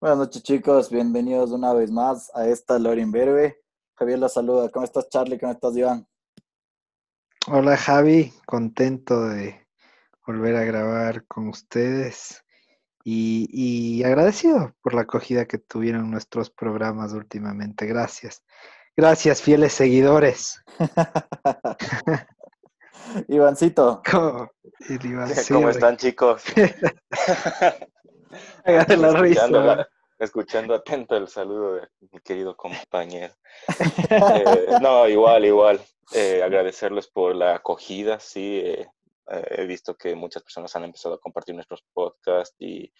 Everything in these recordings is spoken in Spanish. Buenas noches, chicos. Bienvenidos una vez más a esta Lorin Berbe. Javier la saluda. ¿Cómo estás, Charlie? ¿Cómo estás, Iván? Hola Javi, contento de volver a grabar con ustedes y, y agradecido por la acogida que tuvieron nuestros programas últimamente. Gracias. Gracias, fieles seguidores. Ivancito. ¿Cómo, el Iván ¿Cómo Sierra. están, chicos? Hágale la risa. Escuchando la- ¿verdad? Escuchando atento el saludo de mi querido compañero. Eh, no, igual, igual. Eh, agradecerles por la acogida, sí. eh, eh, he visto que muchas personas han empezado a compartir nuestros podcasts y,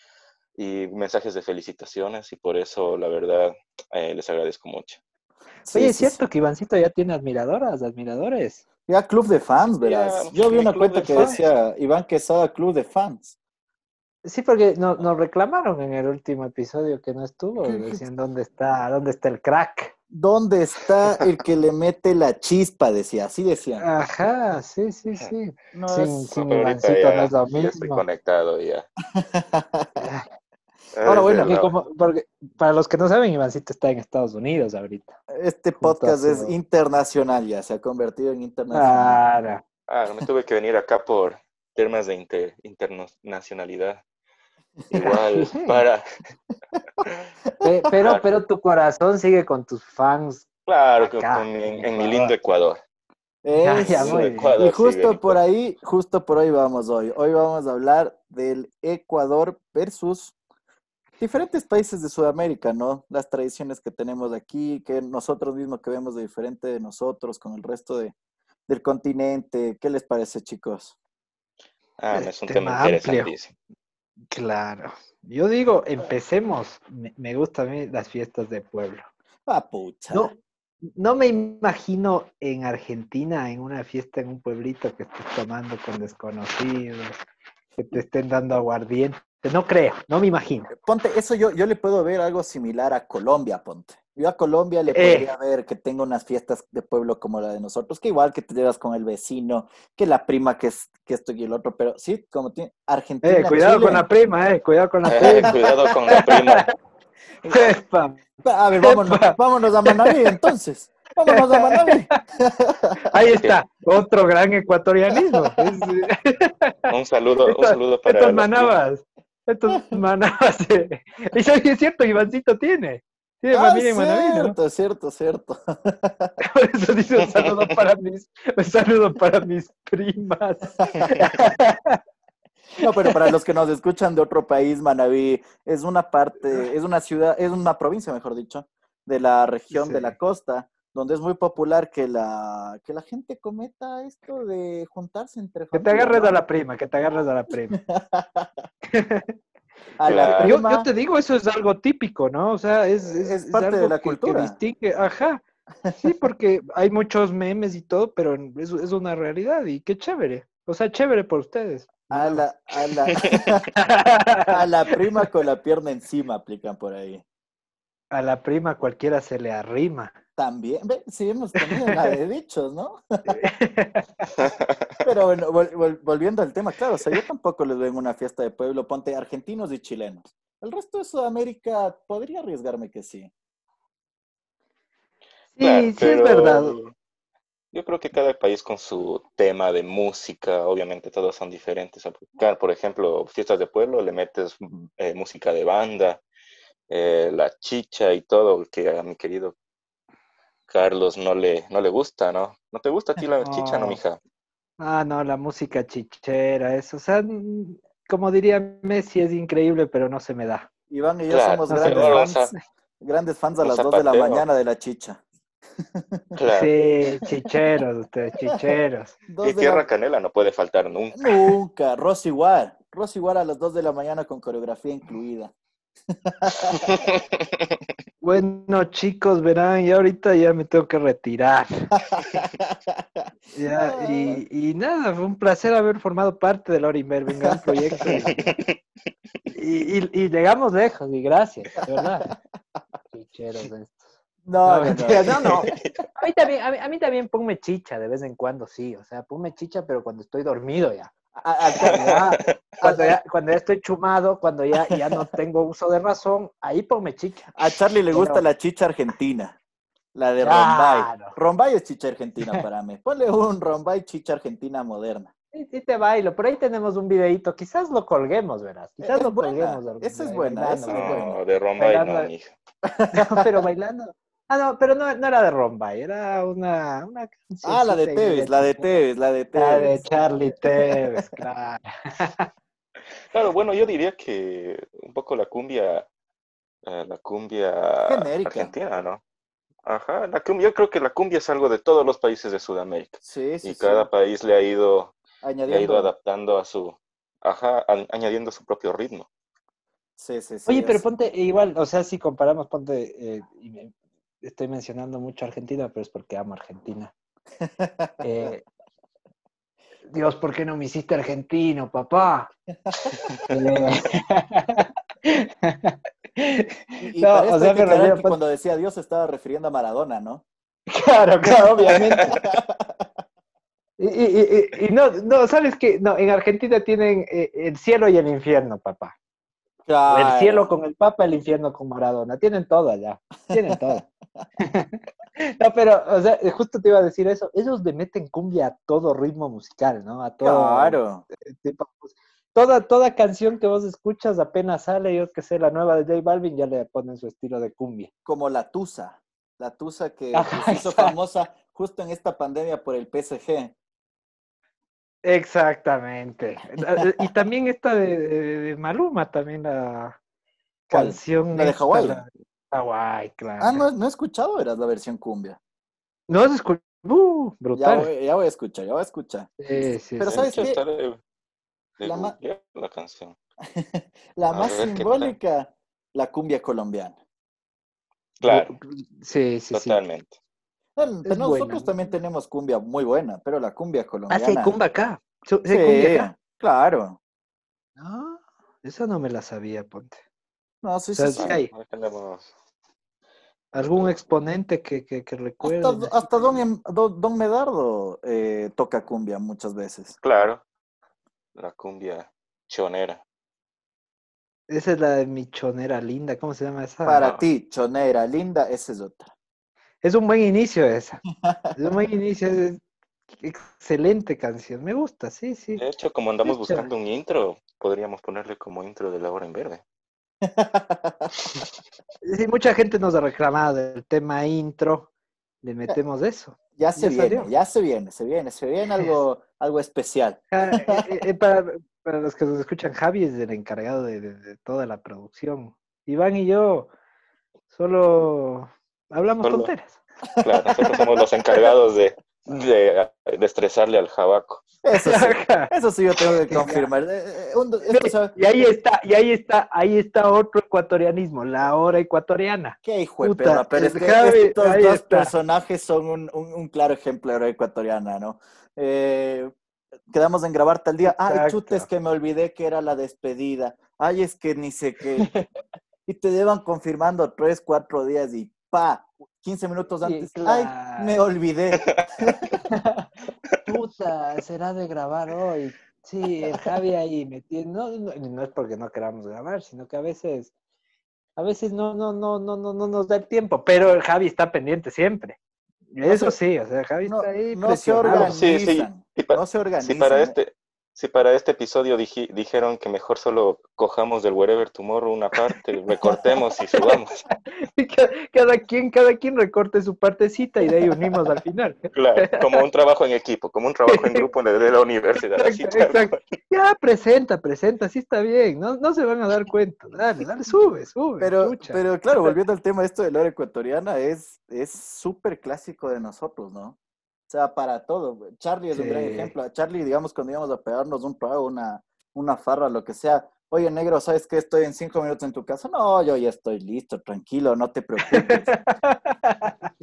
y mensajes de felicitaciones y por eso, la verdad, eh, les agradezco mucho. Sí, Oye, sí, es cierto que Ivancito ya tiene admiradoras, admiradores. sí. Ya Club de Fans, verás. Ya, Yo vi sí, una Club cuenta de que Fans. decía Iván Quesada Club de Fans. Sí, porque no- nos reclamaron en el último episodio que no estuvo, ¿Qué? decían dónde está, dónde está el crack. ¿Dónde está el que le mete la chispa? Decía, así decía. Ah, Ajá, sí, sí, sí. No, Sin, es- sin Pero ahorita Ivancito ya- no es lo ya estoy mismo. conectado ya. Ahora bueno, Desde que la- como, porque para los que no saben, Ivancito está en Estados Unidos ahorita. Este podcast es Putazo. internacional ya, se ha convertido en internacional. Claro. Ah, no me tuve que venir acá por temas de inter- internacionalidad. Igual, para, Pe- Pero, pero tu corazón sigue con tus fans. claro, que Acá, con mi- en, en mi lindo Ecuador. Ya, Es- ya, Lindo muy bien. Ecuador, Y sí, justo Benito. por ahí, justo por ahí vamos hoy. Hoy vamos a hablar del Ecuador versus diferentes países de Sudamérica, ¿no? Las tradiciones que tenemos aquí, que nosotros mismos que vemos de diferente de nosotros con el resto de, del continente. ¿Qué les parece, chicos? Ah, el es un tema tema amplio. interesantísimo. Claro. Yo digo, empecemos. Me, me gustan a mí las fiestas de pueblo. Ah, pucha. No, no me imagino en Argentina, en una fiesta en un pueblito que estés tomando con desconocidos, que te estén dando aguardiente. No creo, no me imagino. Ponte, eso yo, yo le puedo ver algo similar a Colombia, ponte. Yo a Colombia le Eh. podría ver que tenga unas fiestas de pueblo como la de nosotros, que igual que te llevas con el vecino, que la prima, que, es, que esto y el otro, pero sí, como tiene Argentina. Eh, cuidado Chile. con la prima, eh, cuidado con la Eh, prima. cuidado con la prima. Epa, A ver, vámonos, Epa. vámonos a Manaví entonces. Vámonos a Manaví. Ahí está, otro gran ecuatorianismo. Es- Un saludo, un Estas- saludo para Estos las primas. manabas, estos manabas. eh. Y sabes que es cierto, Ivancito tiene. Tiene Ah, familia en Manaví, ¿no? cierto, cierto, cierto. Por eso dice un saludo para mis, un saludo para mis primas. No, pero para los que nos escuchan de otro país, Manaví es una parte, es una ciudad, es una provincia, mejor dicho, de la región de Sí. la costa, donde es muy popular que la, que la gente cometa esto de juntarse entre Que te familia, agarres ¿no? a la prima, que te agarres a la prima. A la Claro. Yo, prima, yo te digo, eso es algo típico, ¿no? O sea, es, es, Es es parte de algo la que- que cultura. distingue, ajá. Sí, porque hay muchos memes y todo, pero es, es una realidad y qué chévere. O sea, chévere por ustedes. a la, a la, a la prima con la pierna encima aplican por ahí. A la prima cualquiera se le arrima. También, ve, sí hemos tenido la de dichos, ¿no? Pero bueno, vol- vol- volviendo al tema, claro, o sea, yo tampoco les veo en una fiesta de pueblo, ponte argentinos y chilenos. El resto de Sudamérica podría arriesgarme que sí. Sí, Claro, sí es pero verdad. Yo creo que cada país con su tema de música, obviamente todos son diferentes. Claro, por ejemplo, fiestas de pueblo, le metes mm, eh, música de banda, eh, la chicha y todo, que a mi querido Carlos no le, no le gusta, ¿no? ¿No te gusta a ti la chicha, no, No. mija? Ah, no, la música chichera, eso. O sea, mm, como diría Messi, es increíble, pero no se me da. Iván y yo Claro, somos no sé, grandes ahora, o fans, sea, grandes fans a un las 2 de la zapatero. mañana de la chicha. Claro. Sí, chicheros, ustedes, chicheros. Dos Y de la- tierra canela no puede faltar nunca. Nunca, Rosy War. Rosy War a las 2 de la mañana con coreografía incluida. Bueno, chicos, verán, ya ahorita ya me tengo que retirar. Ya, Ah. y, y nada, fue un placer haber formado parte del Orimber, un gran proyecto. Y, y- y llegamos lejos, y gracias, de verdad. Chicheros estos. No, no, No, no. mentira, no, no. A mí, también, a, mí, a mí también ponme chicha de vez en cuando, sí. O sea, ponme chicha, pero cuando estoy dormido ya. A- acá- Cuando ya, cuando ya- cuando ya estoy chumado, cuando ya, ya no tengo uso de razón, ahí ponme chicha. A Charlie le gusta Pero- la chicha argentina, la de Claro. Rombay. Rombay es chicha argentina para mí. Ponle un Rombay chicha argentina moderna. Sí, sí te bailo. Por ahí tenemos un videito. Quizás lo colguemos, verás. Quizás Es lo buena, colguemos. algún Ah, esa es día, buena, bailando, esa es bailando. buena. No, de Rombay no, Bailando- mija. No, pero bailando. Ah, no, pero no, no era de Rombay, era una, una Ah, la de cancioncita Tevez, la de inglesa. Tevez, la de La de Tevez. Charlie Tevez, claro. Claro, bueno, yo diría que un poco la cumbia, eh, la cumbia Genérica. argentina, ¿no? Ajá, la cumbia, yo creo que la cumbia es algo de todos los países de Sudamérica Sí, sí, y sí. cada país le ha ido, le ha ido Añadiendo. adaptando a su, ajá, a- añadiendo su propio ritmo. Sí, sí, sí. Oye, pero es- ponte, eh, igual, o sea, si comparamos, ponte, eh, y me- estoy mencionando mucho a Argentina, pero es porque amo a Argentina. Eh, Dios, ¿por qué no me hiciste argentino, papá? Eh, Y no, para esto hay que pues o sea, me aclarar refiero, que ponte- cuando decía Dios se estaba refiriendo a Maradona, ¿no? Claro, claro, obviamente. Y, y- y- y no, no, ¿sabes qué? No, en Argentina tienen eh, el cielo y el infierno, papá. O El cielo con el Papa, el infierno con Maradona. Tienen todo allá. Tienen todo. No, pero, o sea, eh, justo te iba a decir eso. Ellos le meten cumbia a todo ritmo musical, ¿no? A todo este Claro. tipo de música. Toda, toda canción que vos escuchas apenas sale, yo que sé, la nueva de J Balvin, ya le ponen su estilo de cumbia. Como la Tusa. La Tusa que, Ajá, que se hizo exacto. famosa justo en esta pandemia por el PSG. Exactamente. Ah, eh, Y también esta de, de- de Maluma, también la ¿Cuál? canción. ¿La de esta, Hawái? la de Hawái, claro. Ah, no, no he escuchado, eras la versión cumbia. No se escucha. Uh, Ya brutal. voy, ya voy a escuchar, ya voy a escuchar. Sí, sí, Pero sí. ¿sabes De hecho, qué? está de- eh, de La ma- googlear la canción. La A más ver, ¿qué tal? simbólica, la cumbia colombiana. Claro, Sí, sí, sí. totalmente. Bueno, pero Es buena. nosotros también tenemos cumbia muy buena, pero la cumbia Ah, colombiana. sí, cumbia acá. Sí, Sí, cumbia acá. claro. No, esa no me la sabía, ponte. No, sí, O sea, sí, sí sí. Bueno, hay. ahora tenemos- ¿Algún exponente que, que, que recuerden? Hasta, así hasta que- don, Em- don, Don Medardo eh, toca cumbia muchas veces. Claro, la cumbia chonera. Esa es la de Michonera Linda, ¿cómo se llama esa? Para no. ti, chonera, linda, esa es otra. Es un buen inicio esa. Es un buen inicio. es- excelente canción. Me gusta, sí, sí. De hecho, como andamos Sí, buscando un intro, podríamos ponerle como intro de La Hora en Verde. Sí, mucha gente nos ha reclamado del tema intro. Le metemos eso. Ya se Ya viene, salió. ya se viene, se viene, se viene algo, algo especial. Ja- eh, eh, para, para los que nos escuchan, Javi es el encargado de, de- de toda la producción. Iván y yo solo hablamos Solo. tonteras. Claro, nosotros somos los encargados de, de, de estresarle al jabaco. Eso sí, Ajá. eso sí yo tengo que confirmar. Eh, eh, un- esto se- Y ahí está, y ahí está, ahí está otro ecuatorianismo, la hora ecuatoriana. Qué hijo de Puta, perra, pero el es que Javi, estos ahí dos está. personajes son un, un- un claro ejemplo de la ecuatoriana, ¿no? Eh, quedamos en grabar tal día. Ay, Exacto. chutes, que me olvidé que era la despedida. Ay, es que ni sé qué. y te llevan confirmando tres, cuatro días y pa, 15 minutos Sí, antes. claro. Ay, me olvidé. Puta, será de grabar hoy. Sí, el Javi ahí metiendo. No, no, no es porque no queramos grabar, sino que a veces, a veces no, no, no, no, no, no nos da el tiempo, pero el Javi está pendiente siempre. Eso sí, o sea, el Javi No, está ahí. no se presionado. organizan. Sí, sí. Y pa- No se si organizan. para este, si para este episodio diji- dijeron que mejor solo cojamos del Wherever Tomorrow una parte, recortemos y subamos. Ca- Cada quien, cada quien recorte su partecita y de ahí unimos al final. Claro, como un trabajo en equipo, como un trabajo en grupo de la universidad. así Exacto, tal exacto. cual. Ya presenta, presenta, sí está bien. No, no se van a dar cuenta. Dale, dale, sube, sube. Pero, chucha. pero claro, volviendo al tema esto de la hora ecuatoriana, es es súper clásico de nosotros, ¿no? O sea, para todo. Charlie es un gran Sí. ejemplo. A Charlie, digamos, cuando íbamos a pegarnos un trago, una, una farra, lo que sea. Oye, negro, ¿sabes qué? Estoy en cinco minutos en tu casa. No, yo ya estoy listo, tranquilo, no te preocupes.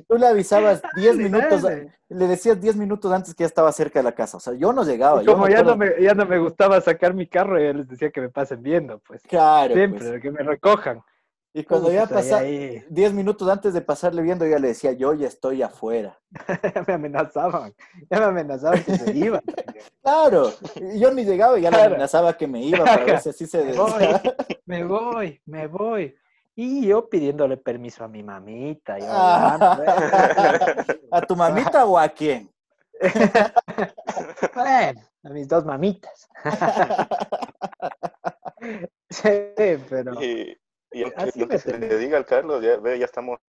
Tú le avisabas diez Dale, minutos, dale. le decías diez minutos antes que ya estaba cerca de la casa. O sea, yo no llegaba. Y Ah, yo como ya acuerdo- no, me, ya no me gustaba sacar mi carro, ya les decía que me pasen viendo, pues. Claro, Siempre, pues. que me recojan. Y cuando ya Puta, pasa, ahí- 10 minutos antes de pasarle viendo, yo ya le decía, yo ya estoy afuera. ya me amenazaban, ya me amenazaban que se iban. Claro, y yo ni llegaba y ya Claro. me amenazaba que me iba para ver si así se Me des- voy, me voy, me voy. Y yo pidiéndole permiso a mi mamita. yo hablando, ¿eh? ¿A tu mamita o a quién? Bueno, a mis dos mamitas. Sí, pero... Y, y aunque, Así y aunque me se le terminé. diga al Carlos, ya, ve, ya estamos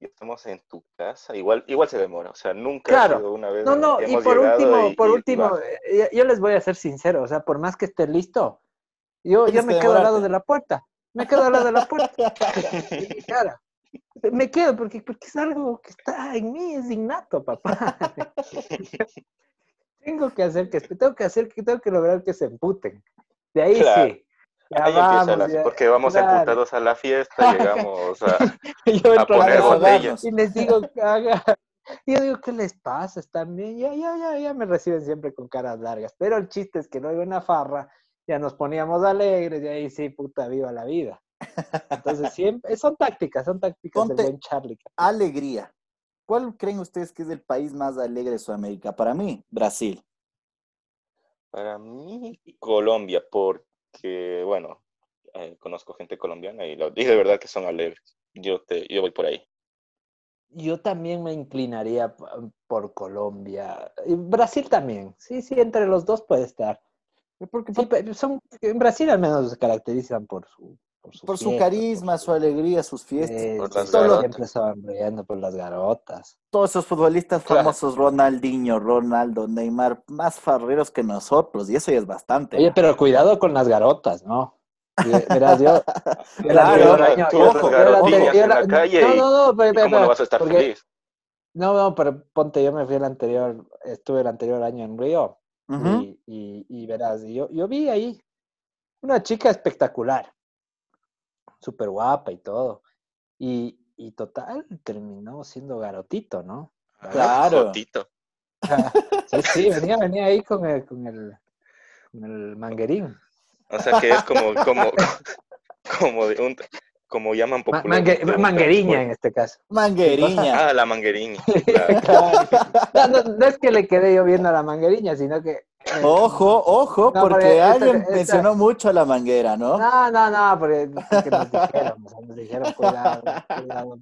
ya estamos en tu casa, igual igual se demora, o sea, nunca Claro. ha sido una vez No, no, y hemos por llegado último, y- por y- y último, va. eh, yo les voy a ser sincero, o sea, por más que esté listo, yo, yo Tienes me que quedo al lado demorarte. de la puerta, me quedo al lado de la puerta, y cara, me quedo porque, porque es algo que está en mí, es innato, papá. tengo que hacer que, tengo que hacer que, tengo que lograr que se emputen. De ahí Claro. sí. Ya Ahí empieza vamos, la- ya- porque vamos claro. emputados a la fiesta, llegamos a, Yo entro a la poner casa, botellas. Y les digo, haga. Yo digo, ¿qué les pasa? Están bien. Ya, ya, ya, ya me reciben siempre con caras largas. Pero el chiste es que no hay una farra. Ya nos poníamos alegres y ahí sí, puta, viva la vida. Entonces, siempre, son tácticas, son tácticas Ponte- del buen Charlie. Alegría. ¿Cuál creen ustedes que es el país más alegre de Sudamérica? Para mí, Brasil. Para mí, Colombia, porque, bueno, eh, conozco gente colombiana y, lo- y de verdad que son alegres. Yo, te, yo voy por ahí. Yo también me inclinaría p- por Colombia. Y Brasil también. Sí, sí, entre los dos puede estar. Porque Sí, pe- son, en Brasil al menos se caracterizan por su... Por su, por su fiesta, por carisma, su- su alegría, sus fiestas. Eh, Por sí, las todos garotas. siempre sonriendo por las garotas. Todos esos futbolistas Claro. famosos, Ronaldinho, Ronaldo, Neymar, más farreros que nosotros, y eso ya es bastante. Este, Oye, ¿no? pero cuidado con las garotas, ¿no? Ver- Verás, yo. Claro, yo ahora, año- tú yo- ves yo las era- garotillas yo en la era- calle No, y- no, no, pero, ¿Y cómo no vas a estar porque- feliz? no, no, pero ponte, yo me fui el anterior, estuve el anterior año en Río Ujú. y, y- y verás, y yo, yo vi ahí una chica espectacular, súper guapa y todo. Y, y total, terminó siendo garotito, ¿no? Claro. Ah, Jotito. Sí, sí, venía, venía ahí con el, con el, con el manguerín. O sea que es como, como, como de un como llaman Ma- popularmente. mangue- un mangueriña en transporte. este caso. Mangueriña. Ah, la mangueriña. claro. No, no, no es que le quedé yo viendo a la mangueriña, sino que. eh, Ojo, ojo, No, porque porque esta- alguien esta- mencionó mucho a la manguera, ¿no? No, no, no, porque, porque nos dijeron, o sea, nos dijeron, cuidado, cuidado.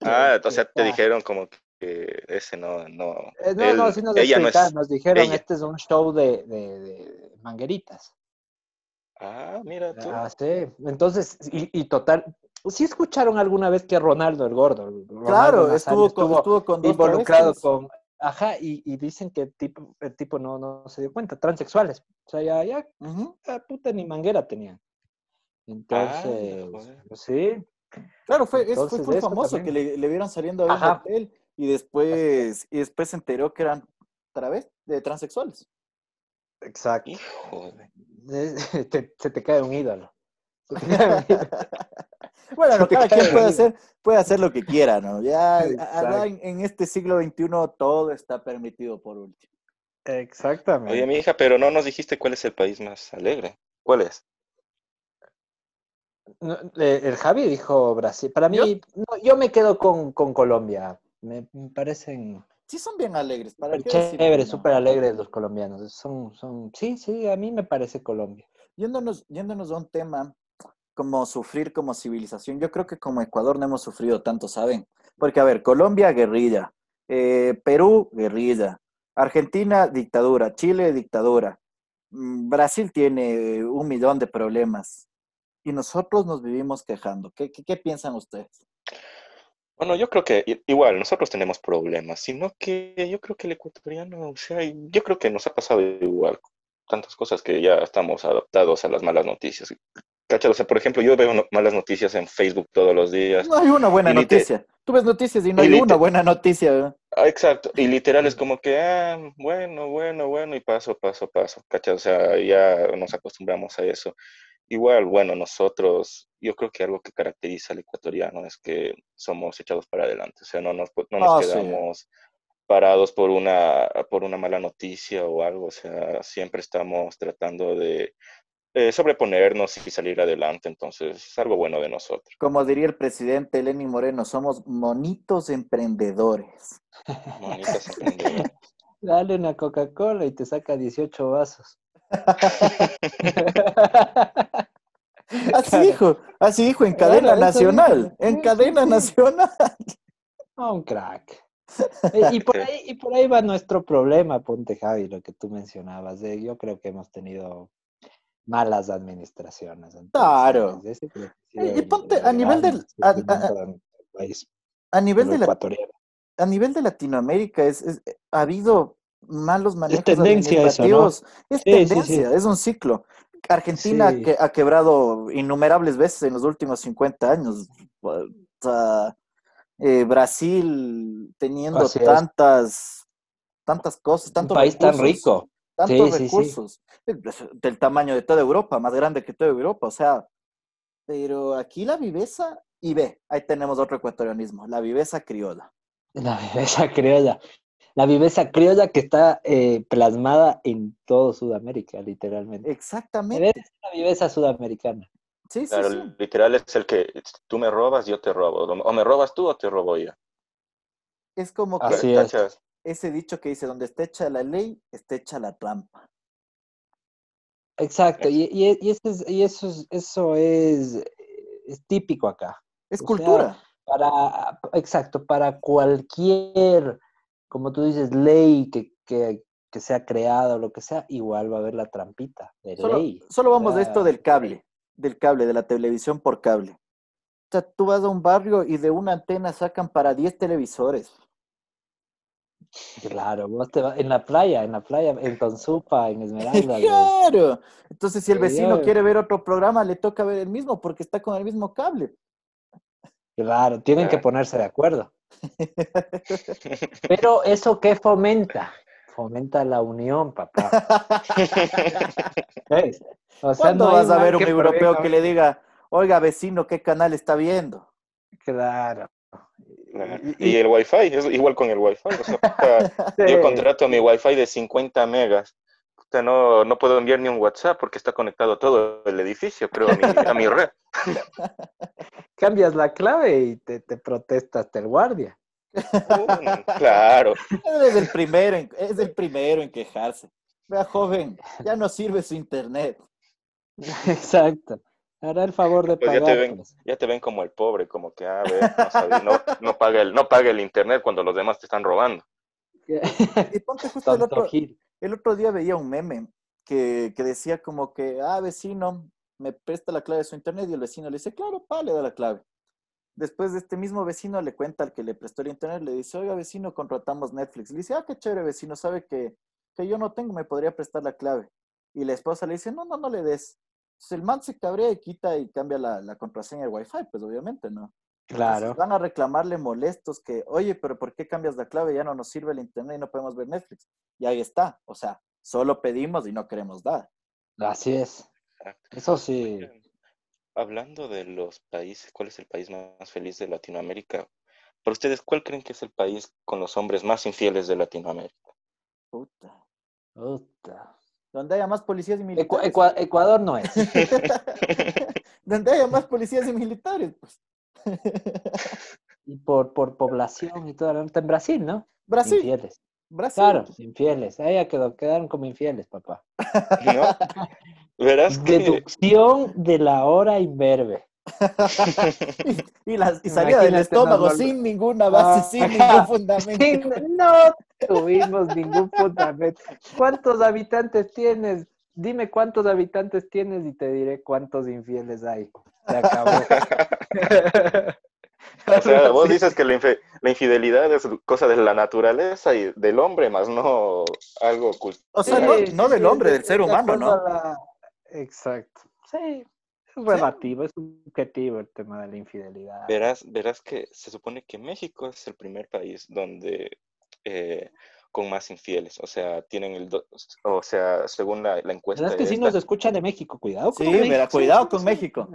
Ah, o sea, te Ah. dijeron como que ese no, no. Eh, No, no, él- sí nos ella no explicaron, es. nos dijeron, ella. este es un show de, de- de mangueritas. Ah, mira tú. Ah, sí. Entonces, y, y total, sí escucharon alguna vez que Ronaldo el Gordo, Ronaldo Claro, Nazario, estuvo con, estuvo con dos involucrado travestis. con. Ajá, y, y dicen que el tipo, el tipo no, no se dio cuenta, transexuales. O sea, ya, ya, Ujú. ah, puta, ni manguera tenían. Entonces, joder. sí, Claro, fue, es, fue Entonces, full eso famoso también. que le, le vieron saliendo a un Ajá. hotel y después, y después se enteró que eran través de transexuales. exacto. Hijo de. Eh, te- se te cae un ídolo. Se te cae un ídolo. Bueno, Se no, te cada cae quien la puede vida. hacer, puede hacer lo que quiera, ¿no? Ya a- Exacto. acá en, en este siglo XXI todo está permitido por último. Exactamente. Oye, mi hija, pero no nos dijiste cuál es el país más alegre. ¿Cuál es? No, eh, el Javi dijo Brasil. Para Yo- mí, no, yo me quedo con, con Colombia. Me me parecen Sí son bien alegres, ¿para súper qué decir que chéveres, no? súper alegres los colombianos. Son, son, sí, sí, a mí me parece Colombia. Yéndonos, yéndonos a un tema como sufrir como civilización, yo creo que como Ecuador no hemos sufrido tanto, ¿saben? Porque, a ver, Colombia, guerrilla, eh, Perú, guerrilla, Argentina, dictadura, Chile, dictadura, Mm, Brasil tiene eh, un millón de problemas y nosotros nos vivimos quejando. ¿Qué, qué, qué piensan ustedes? Bueno, yo creo que i- igual nosotros tenemos problemas, sino que yo creo que el ecuatoriano, o sea, yo creo que nos ha pasado igual tantas cosas que ya estamos adaptados a las malas noticias. Cacha, o sea, por ejemplo, yo veo no- malas noticias en Facebook todos los días. No hay una buena Y ni te- noticia. Tú ves noticias y no y hay ni una te- buena noticia. ¿verdad? Ah, exacto, y literal es como que, ah, bueno, bueno, bueno, y paso, paso, paso. Cacha, o sea, ya nos acostumbramos a eso. Igual, bueno, nosotros, yo creo que algo que caracteriza al ecuatoriano es que somos echados para adelante, o sea, no nos, no nos Ah, sí. quedamos parados por una, por una mala noticia o algo, o sea, siempre estamos tratando de, eh, sobreponernos y salir adelante. Entonces, es algo bueno de nosotros. Como diría el presidente Lenín Moreno, somos monitos emprendedores. Monitas emprendedoras. Dale una Coca-Cola y te saca 18 vasos. Así dijo, así dijo, en cadena Claro, eso nacional, dijo. en Sí, cadena sí, sí. nacional. Ah, un crack. Eh, Y por, ahí, y por ahí va nuestro problema, ponte Javi, lo que tú mencionabas. de yo creo que hemos tenido malas administraciones. entonces, Claro. Eh, ese creo que ha Y- sido y el- ponte, el a nivel gran del- a- a- sufrimiento de nuestro país, A de nivel lo de, la- ecuatoriano. a nivel de Latinoamérica es, es- ha habido malos manejos tendencia eso, ¿no? administrativos. Es Sí, sí, sí. tendencia, es un ciclo. Argentina Sí. que ha quebrado innumerables veces en los últimos 50 años. O sea, eh, Brasil teniendo Así es. tantas tantas cosas, Un tantos país tan recursos. rico. tantos Sí, sí, sí. recursos, eh, del tamaño de toda Europa, más grande que toda Europa, o sea, pero aquí la viveza, y ve, ahí tenemos otro ecuatorianismo, la viveza criolla. La viveza criolla. La viveza criolla que está eh, plasmada en todo Sudamérica, literalmente. Debe Exactamente. ser la viveza sudamericana. Sí, sí, Claro, sí. literal es el que tú me robas, yo te robo. O me robas tú o te robo yo. Es como que Así es. ¿Cachas? ese dicho que dice, donde está hecha la ley, está hecha la trampa. Exacto. Y, e, y- y ese es- y eso, es, eso es, es típico acá. Es O sea, cultura. Para, exacto, para cualquier, como tú dices, ley que, que, que sea creada o lo que sea, igual va a haber la trampita de Solo, ley. solo vamos de esto sea, del cable, del cable, de la televisión por cable. O sea, tú vas a un barrio y de una antena sacan para 10 televisores. Claro, vos te vas en la playa, en la playa, en Tonsupa, en Esmeralda. güey. Claro. Entonces, si el Pero vecino yo- quiere ver otro programa, le toca ver el mismo porque está con el mismo cable. Claro, tienen que Claro. ponerse de acuerdo. Pero eso qué fomenta? Fomenta la unión, papá. ¿Ves? O sea, ¿Cuándo no hay vas a mal ver un que europeo prohíba- que le diga, oiga, vecino, qué canal está viendo? Claro. Claro. Y el wifi, es igual con el wifi. o sea, puta, Sí. yo contrato mi wifi de 50 megas. Puta, no, no puedo enviar ni un WhatsApp porque está conectado todo el edificio, creo, a mi, a mi red. Cambias la clave y te, te protesta hasta el guardia. Mm, claro. Es el primero en, es el primero en quejarse. Vea, joven, ya no sirve su internet. Exacto. Hará el favor de Pues ya te pagar. ven. pues. Ya te ven como el pobre, como que, a ver, no, sabe- no, no paga el, no paga el internet cuando los demás te están robando. Y ponte justo el Tonto otro, Gil. el otro día veía un meme que, que decía como que, ah, vecino, me presta la clave de su internet y el vecino le dice, claro, pa, le da la clave. Después de este mismo vecino le cuenta al que le prestó el internet, le dice, oiga, vecino, contratamos Netflix. Le dice, ah, qué chévere, vecino, sabe que, que yo no tengo, me podría prestar la clave. Y la esposa le dice, no, no, no le des. Entonces el man se cabrea y quita y cambia la, la contraseña del wifi, pues obviamente, ¿no? Entonces, Claro. pues, Van a reclamarle molestos que, oye, pero ¿por qué cambias la clave? Ya no nos sirve el internet y no podemos ver Netflix. Y ahí está. O sea, solo pedimos y no queremos dar. Así es. Exacto. Eso sí. Hablando de los países, ¿cuál es el país más feliz de Latinoamérica? Para ustedes, ¿cuál creen que es el país con los hombres más infieles de Latinoamérica? Puta. Puta. Donde haya más policías y Ecu- militares. Ecua- Ecuador no es. Donde haya más policías y militares, pues. Y por, por población y todo, en Brasil, ¿no? Brasil. Infieles. Brasil. Claro, infieles. Ahí ya quedó, quedaron como infieles, papá. ¿No? Verás que Deducción de la hora imberbe. y, las- y salía del Imagínate, estómago este nos volve- sin ninguna base, Ah, sin ajá. ningún fundamento. Sí, no tuvimos ningún fundamento. ¿Cuántos habitantes tienes? Dime cuántos habitantes tienes y te diré cuántos infieles hay. Se acabó. o sea, vos Sí. dices que la, infe- la infidelidad es cosa de la naturaleza y del hombre, más no algo O cultural. sea, no- del hombre, del ser de humano, acuerdo ¿no? a la- Exacto. Sí, es relativo, es subjetivo el tema de la infidelidad. Verás, verás que se supone que México es el primer país donde eh, con más infieles, o sea, tienen el, do- o sea, según la, la encuesta Verás que sí esta, nos escuchan de México, cuidado con Sí, México. verá, cuidado con México.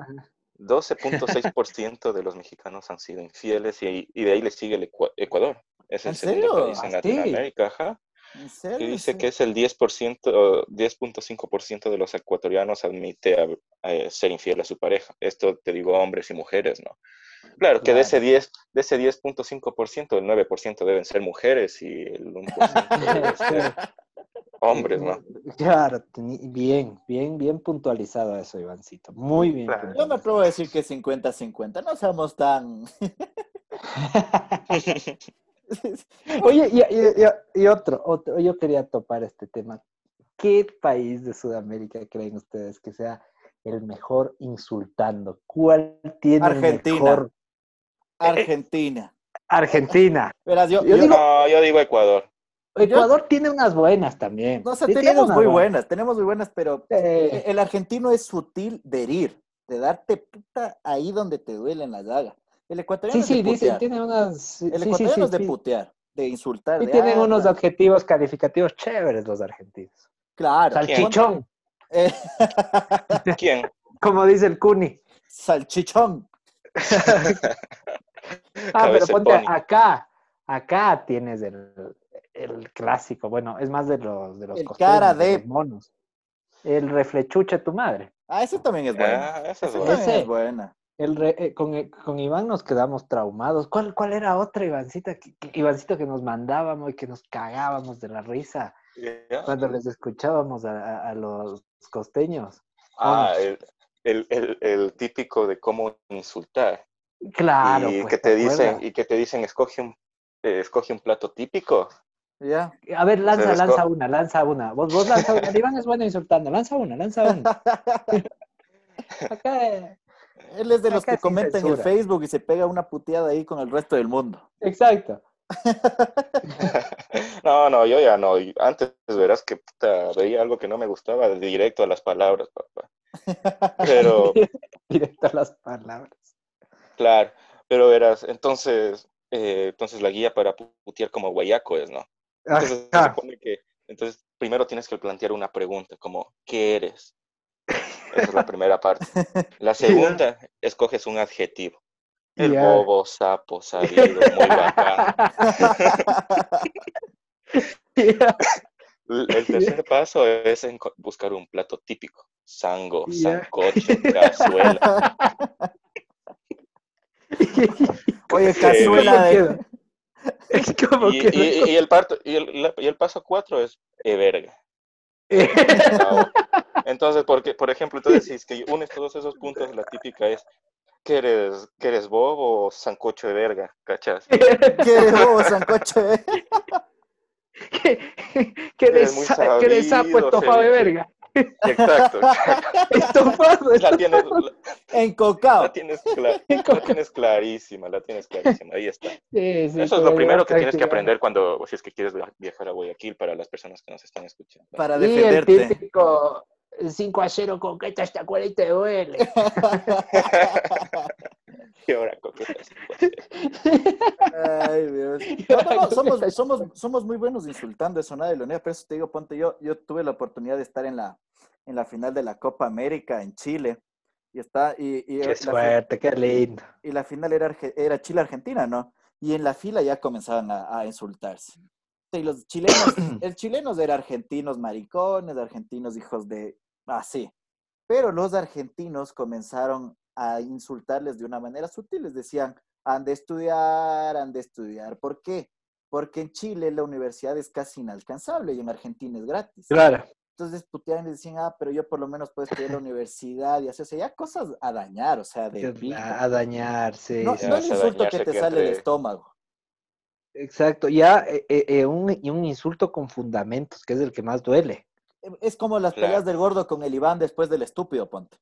12.6% de los mexicanos han sido infieles y, y de ahí le sigue el Ecua- Ecuador. Es ¿En el segundo serio? país en ¿Ah, sí? Latinoamérica, ajá. ¿En serio? que dice Sí. que es el 10%, o 10.5% de los ecuatorianos admite a- a ser infiel a su pareja. Esto te digo hombres y mujeres, ¿no? Claro, que Claro. de ese 10, de ese 10.5%, el 9% deben ser mujeres y el 1% debe ser hombres, ¿no? Este, Claro, teni- bien, bien, bien puntualizado eso, Ivancito. Muy bien. Claro. Yo me atrevo a decir que 50-50, no seamos tan... Eh, Oye, y, y- y- y otro, otro, yo quería topar este tema. ¿Qué país de Sudamérica creen ustedes que sea el mejor insultando? ¿Cuál tiene el Argentina. mejor? Argentina. Argentina. Verás, yo, Yo yo- digo- No, yo digo Ecuador. Ecuador tiene unas buenas también. no sé, Sí, tiene tenemos unas muy buenas, tenemos muy buenas, pero e, Eh, el argentino es sutil de herir, de darte puta ahí donde te duele en la daga. El ecuatoriano sí, es de sí, dice, putear. tiene unas. Sí, El sí, sí, ecuatoriano es de sí. putear, de insultar. Sí de, tienen "Ah, unos la-". adjetivos calificativos chéveres los argentinos. Claro. Salchichón, Eh, ¿Quién? como dice el Cuni. salchichón. Ah, pero Cabeza de ponte pony. acá, acá tienes el, el clásico, bueno, es más de los de los El costeños, cara de- los monos. El reflechuche tu madre. Ah, ese también es bueno. Ah, esa es Ese buena. también Ese. es buena. El re- eh, con, eh, con Iván nos quedamos traumados. ¿Cuál, cuál era otra Ivancita? que- que- Ivancito que nos mandábamos y que nos cagábamos de la risa Ya. cuando les escuchábamos a, a- a los costeños. Ah, Vamos. el, el- el- el típico de cómo insultar. Claro, y pues, que te dicen, acuerdas? y que te dicen, escoge un, eh, escoge un plato típico. Ya. A ver, lanza, les co- lanza una, lanza una. Vos, vos lanza una. El Iván es bueno insultando. Lanza una, lanza una. Acá, eh, Él es de los Acá que sin comenta en el censura. Facebook y se pega una puteada ahí con el resto del mundo. Exacto. No, no, yo ya no. Y Antes verás que puta, veía algo que no me gustaba de directo a las palabras, papá. Pero, Directo a las palabras. claro, pero verás, entonces, eh, entonces la guía para pu- putear como guayaco es, ¿no? Entonces, se Ajá. supone que, entonces primero tienes que plantear una pregunta, como, ¿qué eres? Esa es la primera parte. La segunda, escoges un adjetivo. El Ya. bobo, sapo, sabido, muy bacán. L- El tercer paso es enco- buscar un plato típico. Sango, Ya. sancocho, cazuela. Oye, Sí. cazuela de... ¿Cómo Y, quedó? y- y el parto, y, el, la- y el paso cuatro es eh, verga. Chao. Entonces, porque, por ejemplo, entonces si es que unes todos esos puntos, la típica es que eres, que eres bobo o sancocho de verga, ¿cachas? ¿Qué eres bobo, sancoche? Que de, Eres muy sa- que de sapo sabido, estofado de Felipe. verga. Exacto. Estofado, La tienes, estofado. la, Encocao. la tienes, cla- la tienes clarísima, la tienes clarísima. Ahí está. Sí, sí, Eso es lo todavía primero que tienes que practicando. aprender cuando, si es que quieres via- viajar a Guayaquil para las personas que nos están escuchando. Para Y el defenderte. típico 5 a 0 con que esta esta cual y te duele. Y ahora, coquetas. Ay, Dios. No, no, no, somos, somos, somos muy buenos insultando eso, nada de lo niega, pero eso te digo, ponte, yo, yo tuve la oportunidad de estar en la, en la final de la Copa América en Chile. Y está, y, y la Qué fi- suerte, qué lindo. y la final era, Arge- era Chile-Argentina, ¿no? Y en la fila ya comenzaban a, a insultarse. Y los chilenos, el chilenos eran argentinos maricones, argentinos hijos de... así. Pero los argentinos comenzaron a insultarles de una manera sutil. Les decían, han de estudiar, han de estudiar. ¿Por qué? Porque en Chile la universidad es casi inalcanzable y en Argentina es gratis. Claro. Entonces puteaban y decían, ah, pero yo por lo menos puedo estudiar en la universidad y así. O sea, ya cosas a dañar, o sea, de pinta. A dañarse. No, sí, no sí. el insulto que Dañarse te que sale del entre- estómago. Exacto, ya eh, eh, eh, un, y un insulto con fundamentos, que es el que más duele. Es como las Claro. peleas del gordo con el Iván después del estúpido, ponte.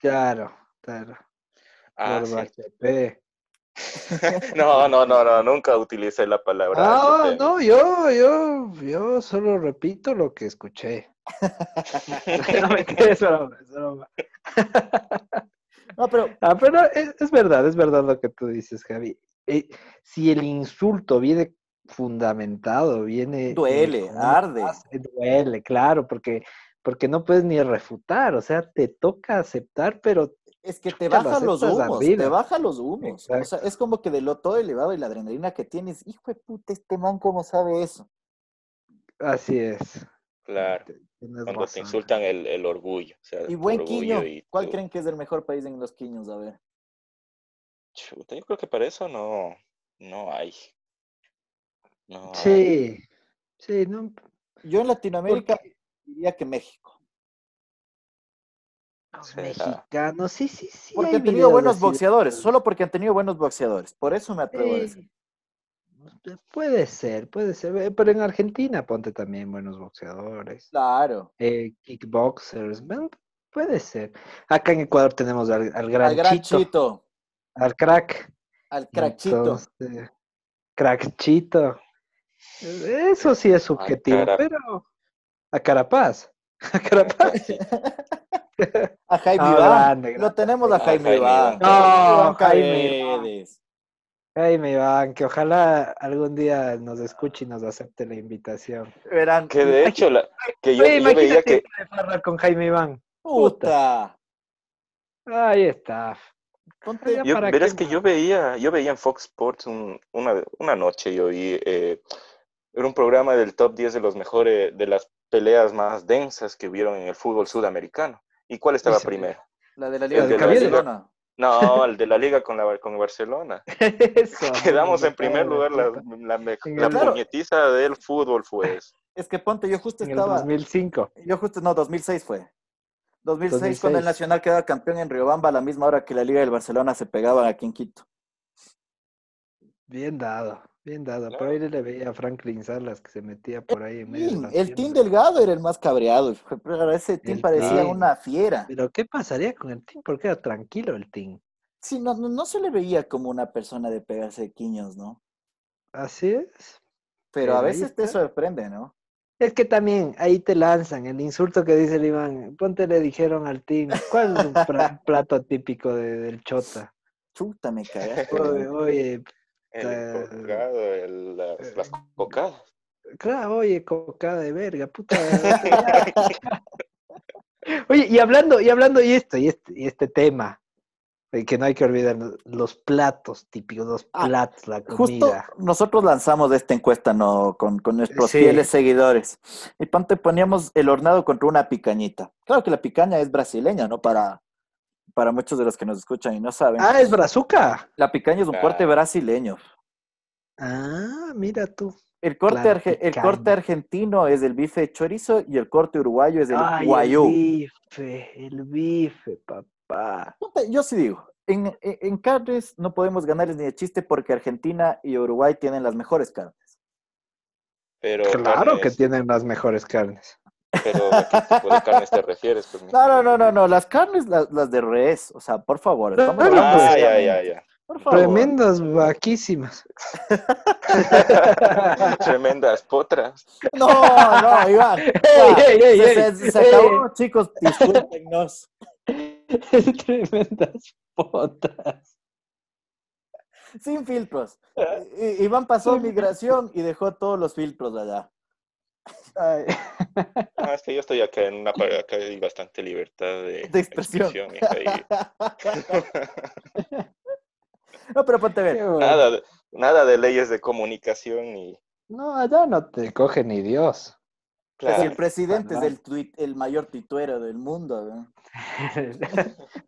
Claro, claro. Ah, Gordo sí. HP. No, no, no, no, nunca utilicé la palabra. Ah, HP. no, yo, yo, yo solo repito lo que escuché. no me quedes broma, es broma. No, pero Ah, pero es, es verdad, es verdad lo que tú dices, Javi. Eh, si el insulto viene fundamentado, viene... eh, duele, con una arde. base, duele, claro, porque, porque no puedes ni refutar, o sea, te toca aceptar, pero Es que te Chucha, lo baja los aceptas la humos, te vida. baja los humos. O sea, Exacto. es como que de lo todo elevado y la adrenalina que tienes, hijo de puta, este man, ¿cómo sabe eso? Así es. Claro. Tienes Cuando te razón. insultan el, el orgullo. o sea, Y tu buen orgullo quiño. y ¿Cuál tu- creen que es el mejor país en los quiños? A ver. Chuta, yo creo que para eso no, no hay. No hay. Sí. Sí, no. Yo en Latinoamérica diría que México. Los Será. mexicanos, sí, sí, sí. Porque hay han tenido videos buenos así de- boxeadores. Solo porque han tenido buenos boxeadores. Por eso me atrevo a decir. Sí. Puede ser, puede ser. eh, Pero en Argentina ponte también buenos boxeadores, Claro. eh, kickboxers, bueno, puede ser. Acá en Ecuador tenemos al, al gran, al gran Chito, chito. al crack. Al crachito. Entonces, crackchito. Eso sí es subjetivo, cara- pero a Carapaz. A Carapaz. sí. A Jaime No, Iván. grande, grande. Lo tenemos a A Jaime Jaime Iván. Iván. No, Iván Jaime Paredes. Ay, mi Iván, que ojalá algún día nos escuche y nos acepte la invitación. Verán. Que de hecho, la- que yo, Oye, yo veía imagínate que irte de farra con Jaime Iván. Puta. Ahí está. Ponte- Ya yo, para verás qué que más. yo veía, yo veía en Fox Sports un- una, una noche yo vi eh, era un programa del top 10 de los mejores de las peleas más densas que hubieron en el fútbol sudamericano. ¿Y cuál estaba se ve. primero? La de la Liga El de de la Liga. Barcelona. No, el de la liga con la con Barcelona. Eso, Quedamos me en primer cago lugar, la, Ah, puta. la, me- En la el- Claro. puñetiza del fútbol fue eso. Es que ponte, yo justo En el estaba. 2005. Yo justo, no, 2006 fue. 2006, cuando el 2006. Nacional quedaba campeón en Riobamba a la misma hora que la Liga del Barcelona se pegaban aquí en Quito. Bien dado, bien dado. Por Claro. ahí le veía a Franklin Salas que se metía por ahí en medio de Tin, las el Team piernas. Delgado era el más cabreado. hijo, pero Ese Team El parecía Tin. una fiera. Pero ¿qué pasaría con el team? Porque era tranquilo el team. Sí, no, no, no se le veía como una persona de pegarse de quiños, ¿no? Así es. Pero a Pero ahí veces te está. sorprende, ¿no? Es que también ahí te lanzan el insulto que dice el Iván. Ponte le dijeron al team, ¿cuál es un pra- plato típico de- del chota? Chuta, me cagaste. Oye, oye, El Eh, cocado, el- las, las eh, cocadas. claro, oye, cocada de verga, puta. Oye, y hablando, y hablando, y esto, y este, y este tema, eh, que no hay que olvidar, lo- los platos típicos, los Ah, platos, la Justo comida. nosotros lanzamos esta encuesta ¿no? con, con nuestros Sí. fieles seguidores. Y ponte poníamos el hornado contra una picañita. Claro que la picaña es brasileña, ¿no? Para, para muchos de los que nos escuchan y no saben. Ah, es brazuca. La picaña es un corte Ah. brasileño. Ah, mira tú. El corte, La arge- el picaña. corte argentino es el bife de chorizo y el corte uruguayo es el Ay, el guayú. bife, el bife, papá. Puta, Yo sí digo, en, en, en carnes no podemos ganarles ni de chiste porque Argentina y Uruguay tienen las mejores carnes. Pero Claro que carnes, tienen las mejores carnes. pero ¿a qué tipo de carnes te refieres? pues, mi- No, no, no, no, no, las carnes, las, las de res, o sea, por favor. Claro, estamos hablando Ah, pues. ya, seriamente, ya, ya. Por favor. Tremendas, vaquísimas. Tremendas potras. No, no, Iván. ya, Ey, ey, se, ey, se- ey. se acabó, chicos, discúlpenos. Tremendas potas. Sin filtros. I- Iván pasó migración y dejó todos los filtros allá. Ay. Ah, es que yo estoy acá en una pared, acá hay bastante libertad de, De expresión. hija, y No, pero ponte a Qué ver. bueno. nada, de- nada de leyes de comunicación y No, allá no te coge ni Dios. Pues si claro, el presidente es Ajá. el, tuit- el mayor tituero del mundo. ¿no?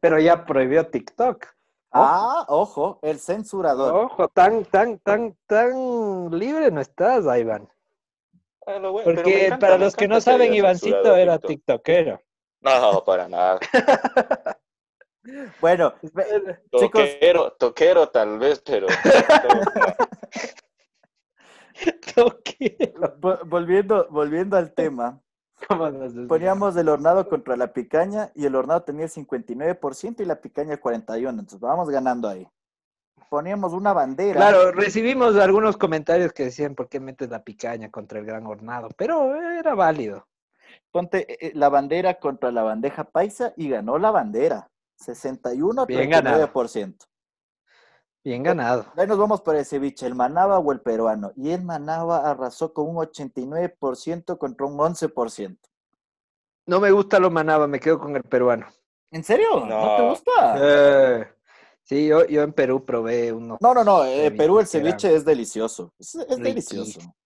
Pero ya prohibió TikTok. Ah, ojo, el censurador. Ojo, tan, tan, tan, tan libre no estás, Iván. ah, lo bueno, pero me Porque encanta, para me los que no encanta que saben, haya censurado Ivancito era TikTok. tiktokero. No, para nada. Bueno, ve- Chicos. Toquero, toquero tal vez, pero TikTok, no. Tiktokero. vo- volviendo, volviendo al tema, ¿Cómo nos desviamos? poníamos el hornado contra la picaña y el hornado tenía el 59% y la picaña el 41%. Entonces vamos ganando ahí. Poníamos una bandera. Claro, recibimos algunos comentarios que decían por qué metes la picaña contra el gran hornado, pero era válido. Ponte eh, eh, la bandera contra la bandeja paisa y ganó la bandera. 61 a Bien ganado. 39%. Bien ganado. Ahí nos vamos por el ceviche, el manaba o el peruano. Y el manaba arrasó con un 89% contra un 11%. No me gusta lo manaba, me quedo con el peruano. ¿En serio? ¿No, te No. gusta? Eh, sí, yo, yo en Perú probé uno. No, no, no. eh, Ceviche Perú el que era ceviche es delicioso. Es, es riquísimo. delicioso. Riquísimo.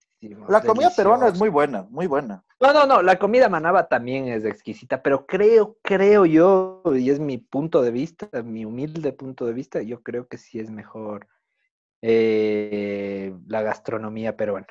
La comida peruana es delicioso. muy buena, muy buena. No, no, no, la comida manaba también es exquisita, pero creo, creo yo, y es mi punto de vista, mi humilde punto de vista, yo creo que sí es mejor eh, la gastronomía peruana.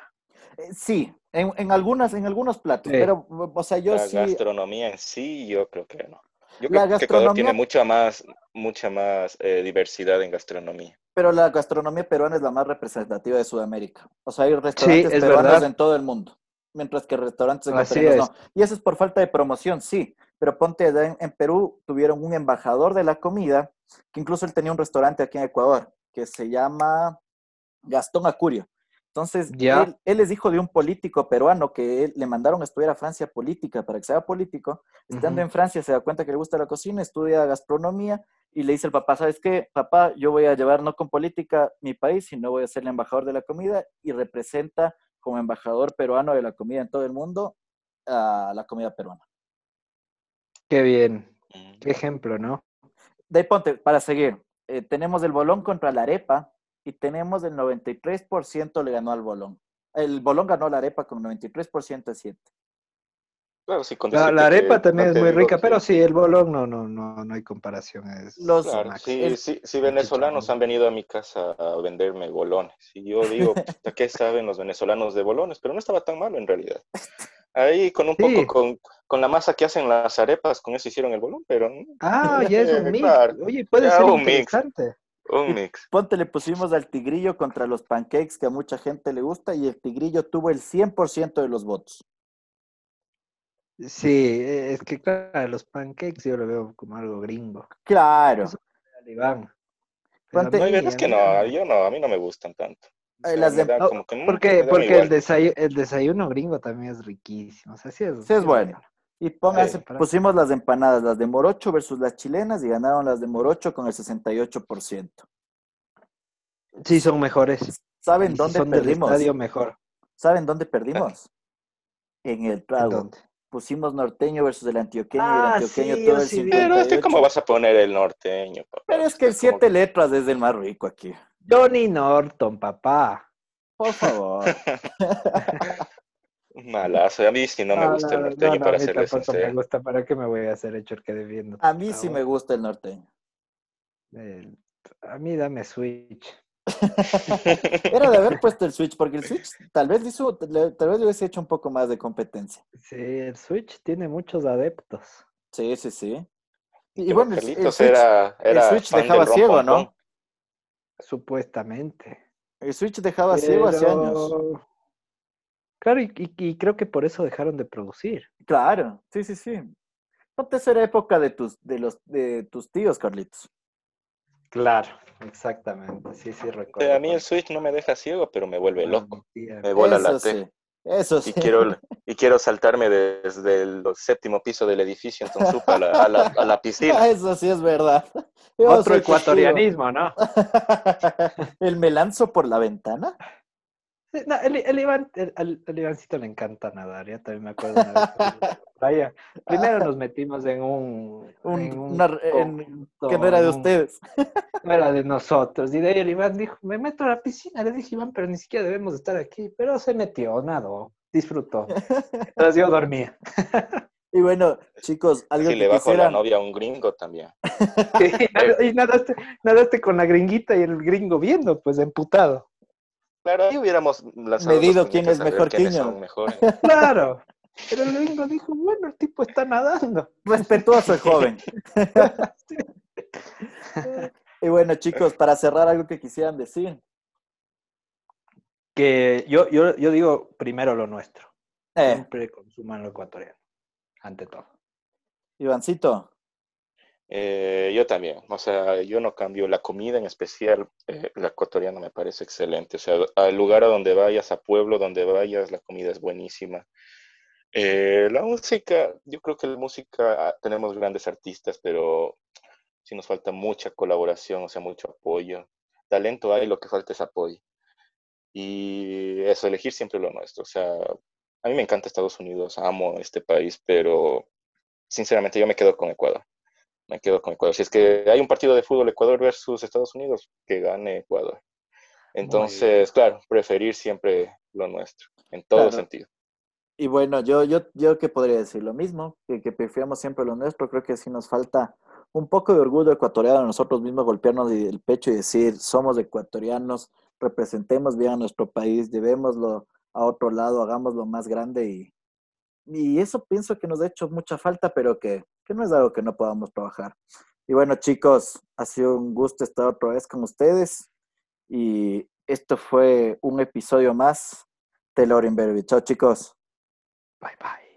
Eh, sí, en, en algunas, en algunos platos, Sí. pero, o sea, yo la sí... gastronomía en sí, yo creo que no. Yo La creo que Ecuador tiene gastronomía- mucha más, mucha más eh, diversidad en gastronomía. Pero la gastronomía peruana es la más representativa de Sudamérica. O sea, hay restaurantes es peruanos verdad. en todo el mundo, mientras que restaurantes Así ecuatorianos no. Y eso es por falta de promoción, sí. Pero ponte, allá en, en Perú tuvieron un embajador de la comida, que incluso él tenía un restaurante aquí en Ecuador, que se llama Gastón Acurio. Entonces, Ya. él, él es hijo de un político peruano que él- le mandaron a estudiar a Francia política para que sea político. Estando Ujú. en Francia se da cuenta que le gusta la cocina, estudia gastronomía y le dice al papá, ¿sabes qué? Papá, yo voy a llevar no con política mi país, sino voy a ser el embajador de la comida y representa como embajador peruano de la comida en todo el mundo a la comida peruana. Qué bien, Mm. qué ejemplo, ¿no? De ahí ponte, para seguir, eh, tenemos el bolón contra la arepa y tenemos el 93% le ganó al bolón. El bolón ganó la arepa con 93% de 7. Claro, Pues sí, con La, decirte la arepa que también no es te muy digo rica, que- pero sí, el bolón no, no, no, no hay comparación. Es Los- lo Claro, máximo. sí, el- sí, sí, venezolanos chicharrón. han venido a mi casa a venderme bolones. Y yo digo, ¿a qué saben los venezolanos de bolones? Pero no estaba tan malo en realidad. Ahí con un Sí. poco, con, con la masa que hacen las arepas, con eso hicieron el bolón, pero mm, Ah, ya es un mix. Claro, Oye, puede ya ser un mix. interesante. Y- un mix. Ponte, le pusimos al tigrillo contra los pancakes que a mucha gente le gusta y el tigrillo tuvo el 100% de los votos. Sí, eh, es que claro, los pancakes yo lo veo como algo gringo. Claro. Eso- Talibán. Pero Ponte- a No, y mí- verás a que mí no, me- yo no, a mí no me gustan tanto. O Eh, sea, las me de- da No, como que, mm, porque me dan porque el, igual. desayu- el desayuno gringo también es riquísimo. O sea, sí es, Sí, es bueno. Y pónganse, Sí. pusimos las empanadas, las de Morocho versus las chilenas y ganaron las de Morocho con el 68%. Sí, son mejores. ¿Saben Y si dónde son del perdimos? estadio mejor. ¿Saben dónde perdimos? En el ¿En trago. dónde? Pusimos norteño versus el antioqueño y el Ah, antioqueño sí, tuvo yo el sí vi. 58%. Pero es que ¿cómo vas a poner el norteño, papá? Pero es que el Usted como siete letras es el más rico aquí. Johnny Norton, papá. Por favor. Malazo. A mí sí no me No, gusta el no, norteño, no, no, a para ¿eh? mí serles tampoco me sincero. gusta. ¿Para qué me voy a hacer hecho el que debiendo? A mí sí me gusta el norteño. Eh, a mí dame Switch. Era de haber puesto el Switch, porque el Switch tal vez le hizo, le- tal vez le hubiese hecho un poco más de competencia. Sí, el Switch tiene muchos adeptos. Sí, sí, sí. Y, y Pero bueno, el, el Carlitos Switch, era, el era Switch fan dejaba del ron ciego, pom ¿no? pom. Supuestamente. el Switch dejaba ciego hace años. Pero- Claro, y, y- y creo que por eso dejaron de producir. Claro, sí, sí, sí. No te será época de tus, de los, de tus tíos, Carlitos. Claro, exactamente. Sí, sí, O sea, recuerdo. a mí el Switch no me deja ciego, pero me vuelve loco. Me vuela la Eso teja. sí. Eso sí. Y quiero, y quiero saltarme desde el séptimo piso del edificio en Tonsupa a la, a la- a la piscina. Eso sí es verdad. Yo soy Otro testigo. ecuatorianismo, ¿no? ¿El me lanzo por la ventana? Sí, no, el, el Iván, el- al- al Ivancito le encanta nadar, ya también me acuerdo. Una vez que fuimos a la playa. Primero nos metimos en un... Un- en un una- en- conjunto, que no era en de un- ustedes. No era de nosotros. Y de ahí el Iván dijo, me meto a la piscina. Le dije, Iván, pero ni siquiera debemos estar aquí. Pero se metió, nadó, disfrutó. Entonces yo dormía. Y bueno, chicos, algo Así que le bajo la quisieran. novia a un gringo también. y nadaste, nadaste con la gringuita y el gringo viendo, pues emputado. Claro, ahí hubiéramos lanzado Medido dos quién puñetes es a ver mejor quiénes quiño. son mejores. Claro. Pero el gringo dijo, bueno, el tipo está nadando. Respetuoso el joven. Y bueno, chicos, para cerrar, algo que quisieran decir. Que yo, yo, yo digo primero lo nuestro. Eh, Siempre consuman lo ecuatoriano. Ante todo. Ivancito. Eh, yo también, o sea, yo no cambio la comida en especial, eh, la ecuatoriana me parece excelente, o sea, al lugar a donde vayas, a pueblo donde vayas, la comida es buenísima. Eh, la música, yo creo que la música, ah, tenemos grandes artistas, pero sí nos falta mucha colaboración, o sea, mucho apoyo. Talento hay, lo que falta es apoyo. Y eso, elegir siempre lo nuestro, o sea, a mí me encanta Estados Unidos, amo este país, pero sinceramente yo me quedo con Ecuador. Me quedo con Ecuador. Si es que hay un partido de fútbol Ecuador versus Estados Unidos, que gane Ecuador. Entonces, claro, preferir siempre lo nuestro. en todo Claro. sentido. Y bueno, yo, yo, yo que podría decir lo mismo, que, que prefiamos siempre lo nuestro, creo que sí nos falta un poco de orgullo ecuatoriano a nosotros mismos, golpearnos el pecho y decir, somos ecuatorianos, representemos bien a nuestro país, llevémoslo a otro lado, hagámoslo más grande y, y eso pienso que nos ha hecho mucha falta, pero que, que no es algo que no podamos trabajar. Y bueno, chicos, ha sido un gusto estar otra vez con ustedes y esto fue un episodio más de Lorenberg. Chao, chicos. Bye bye.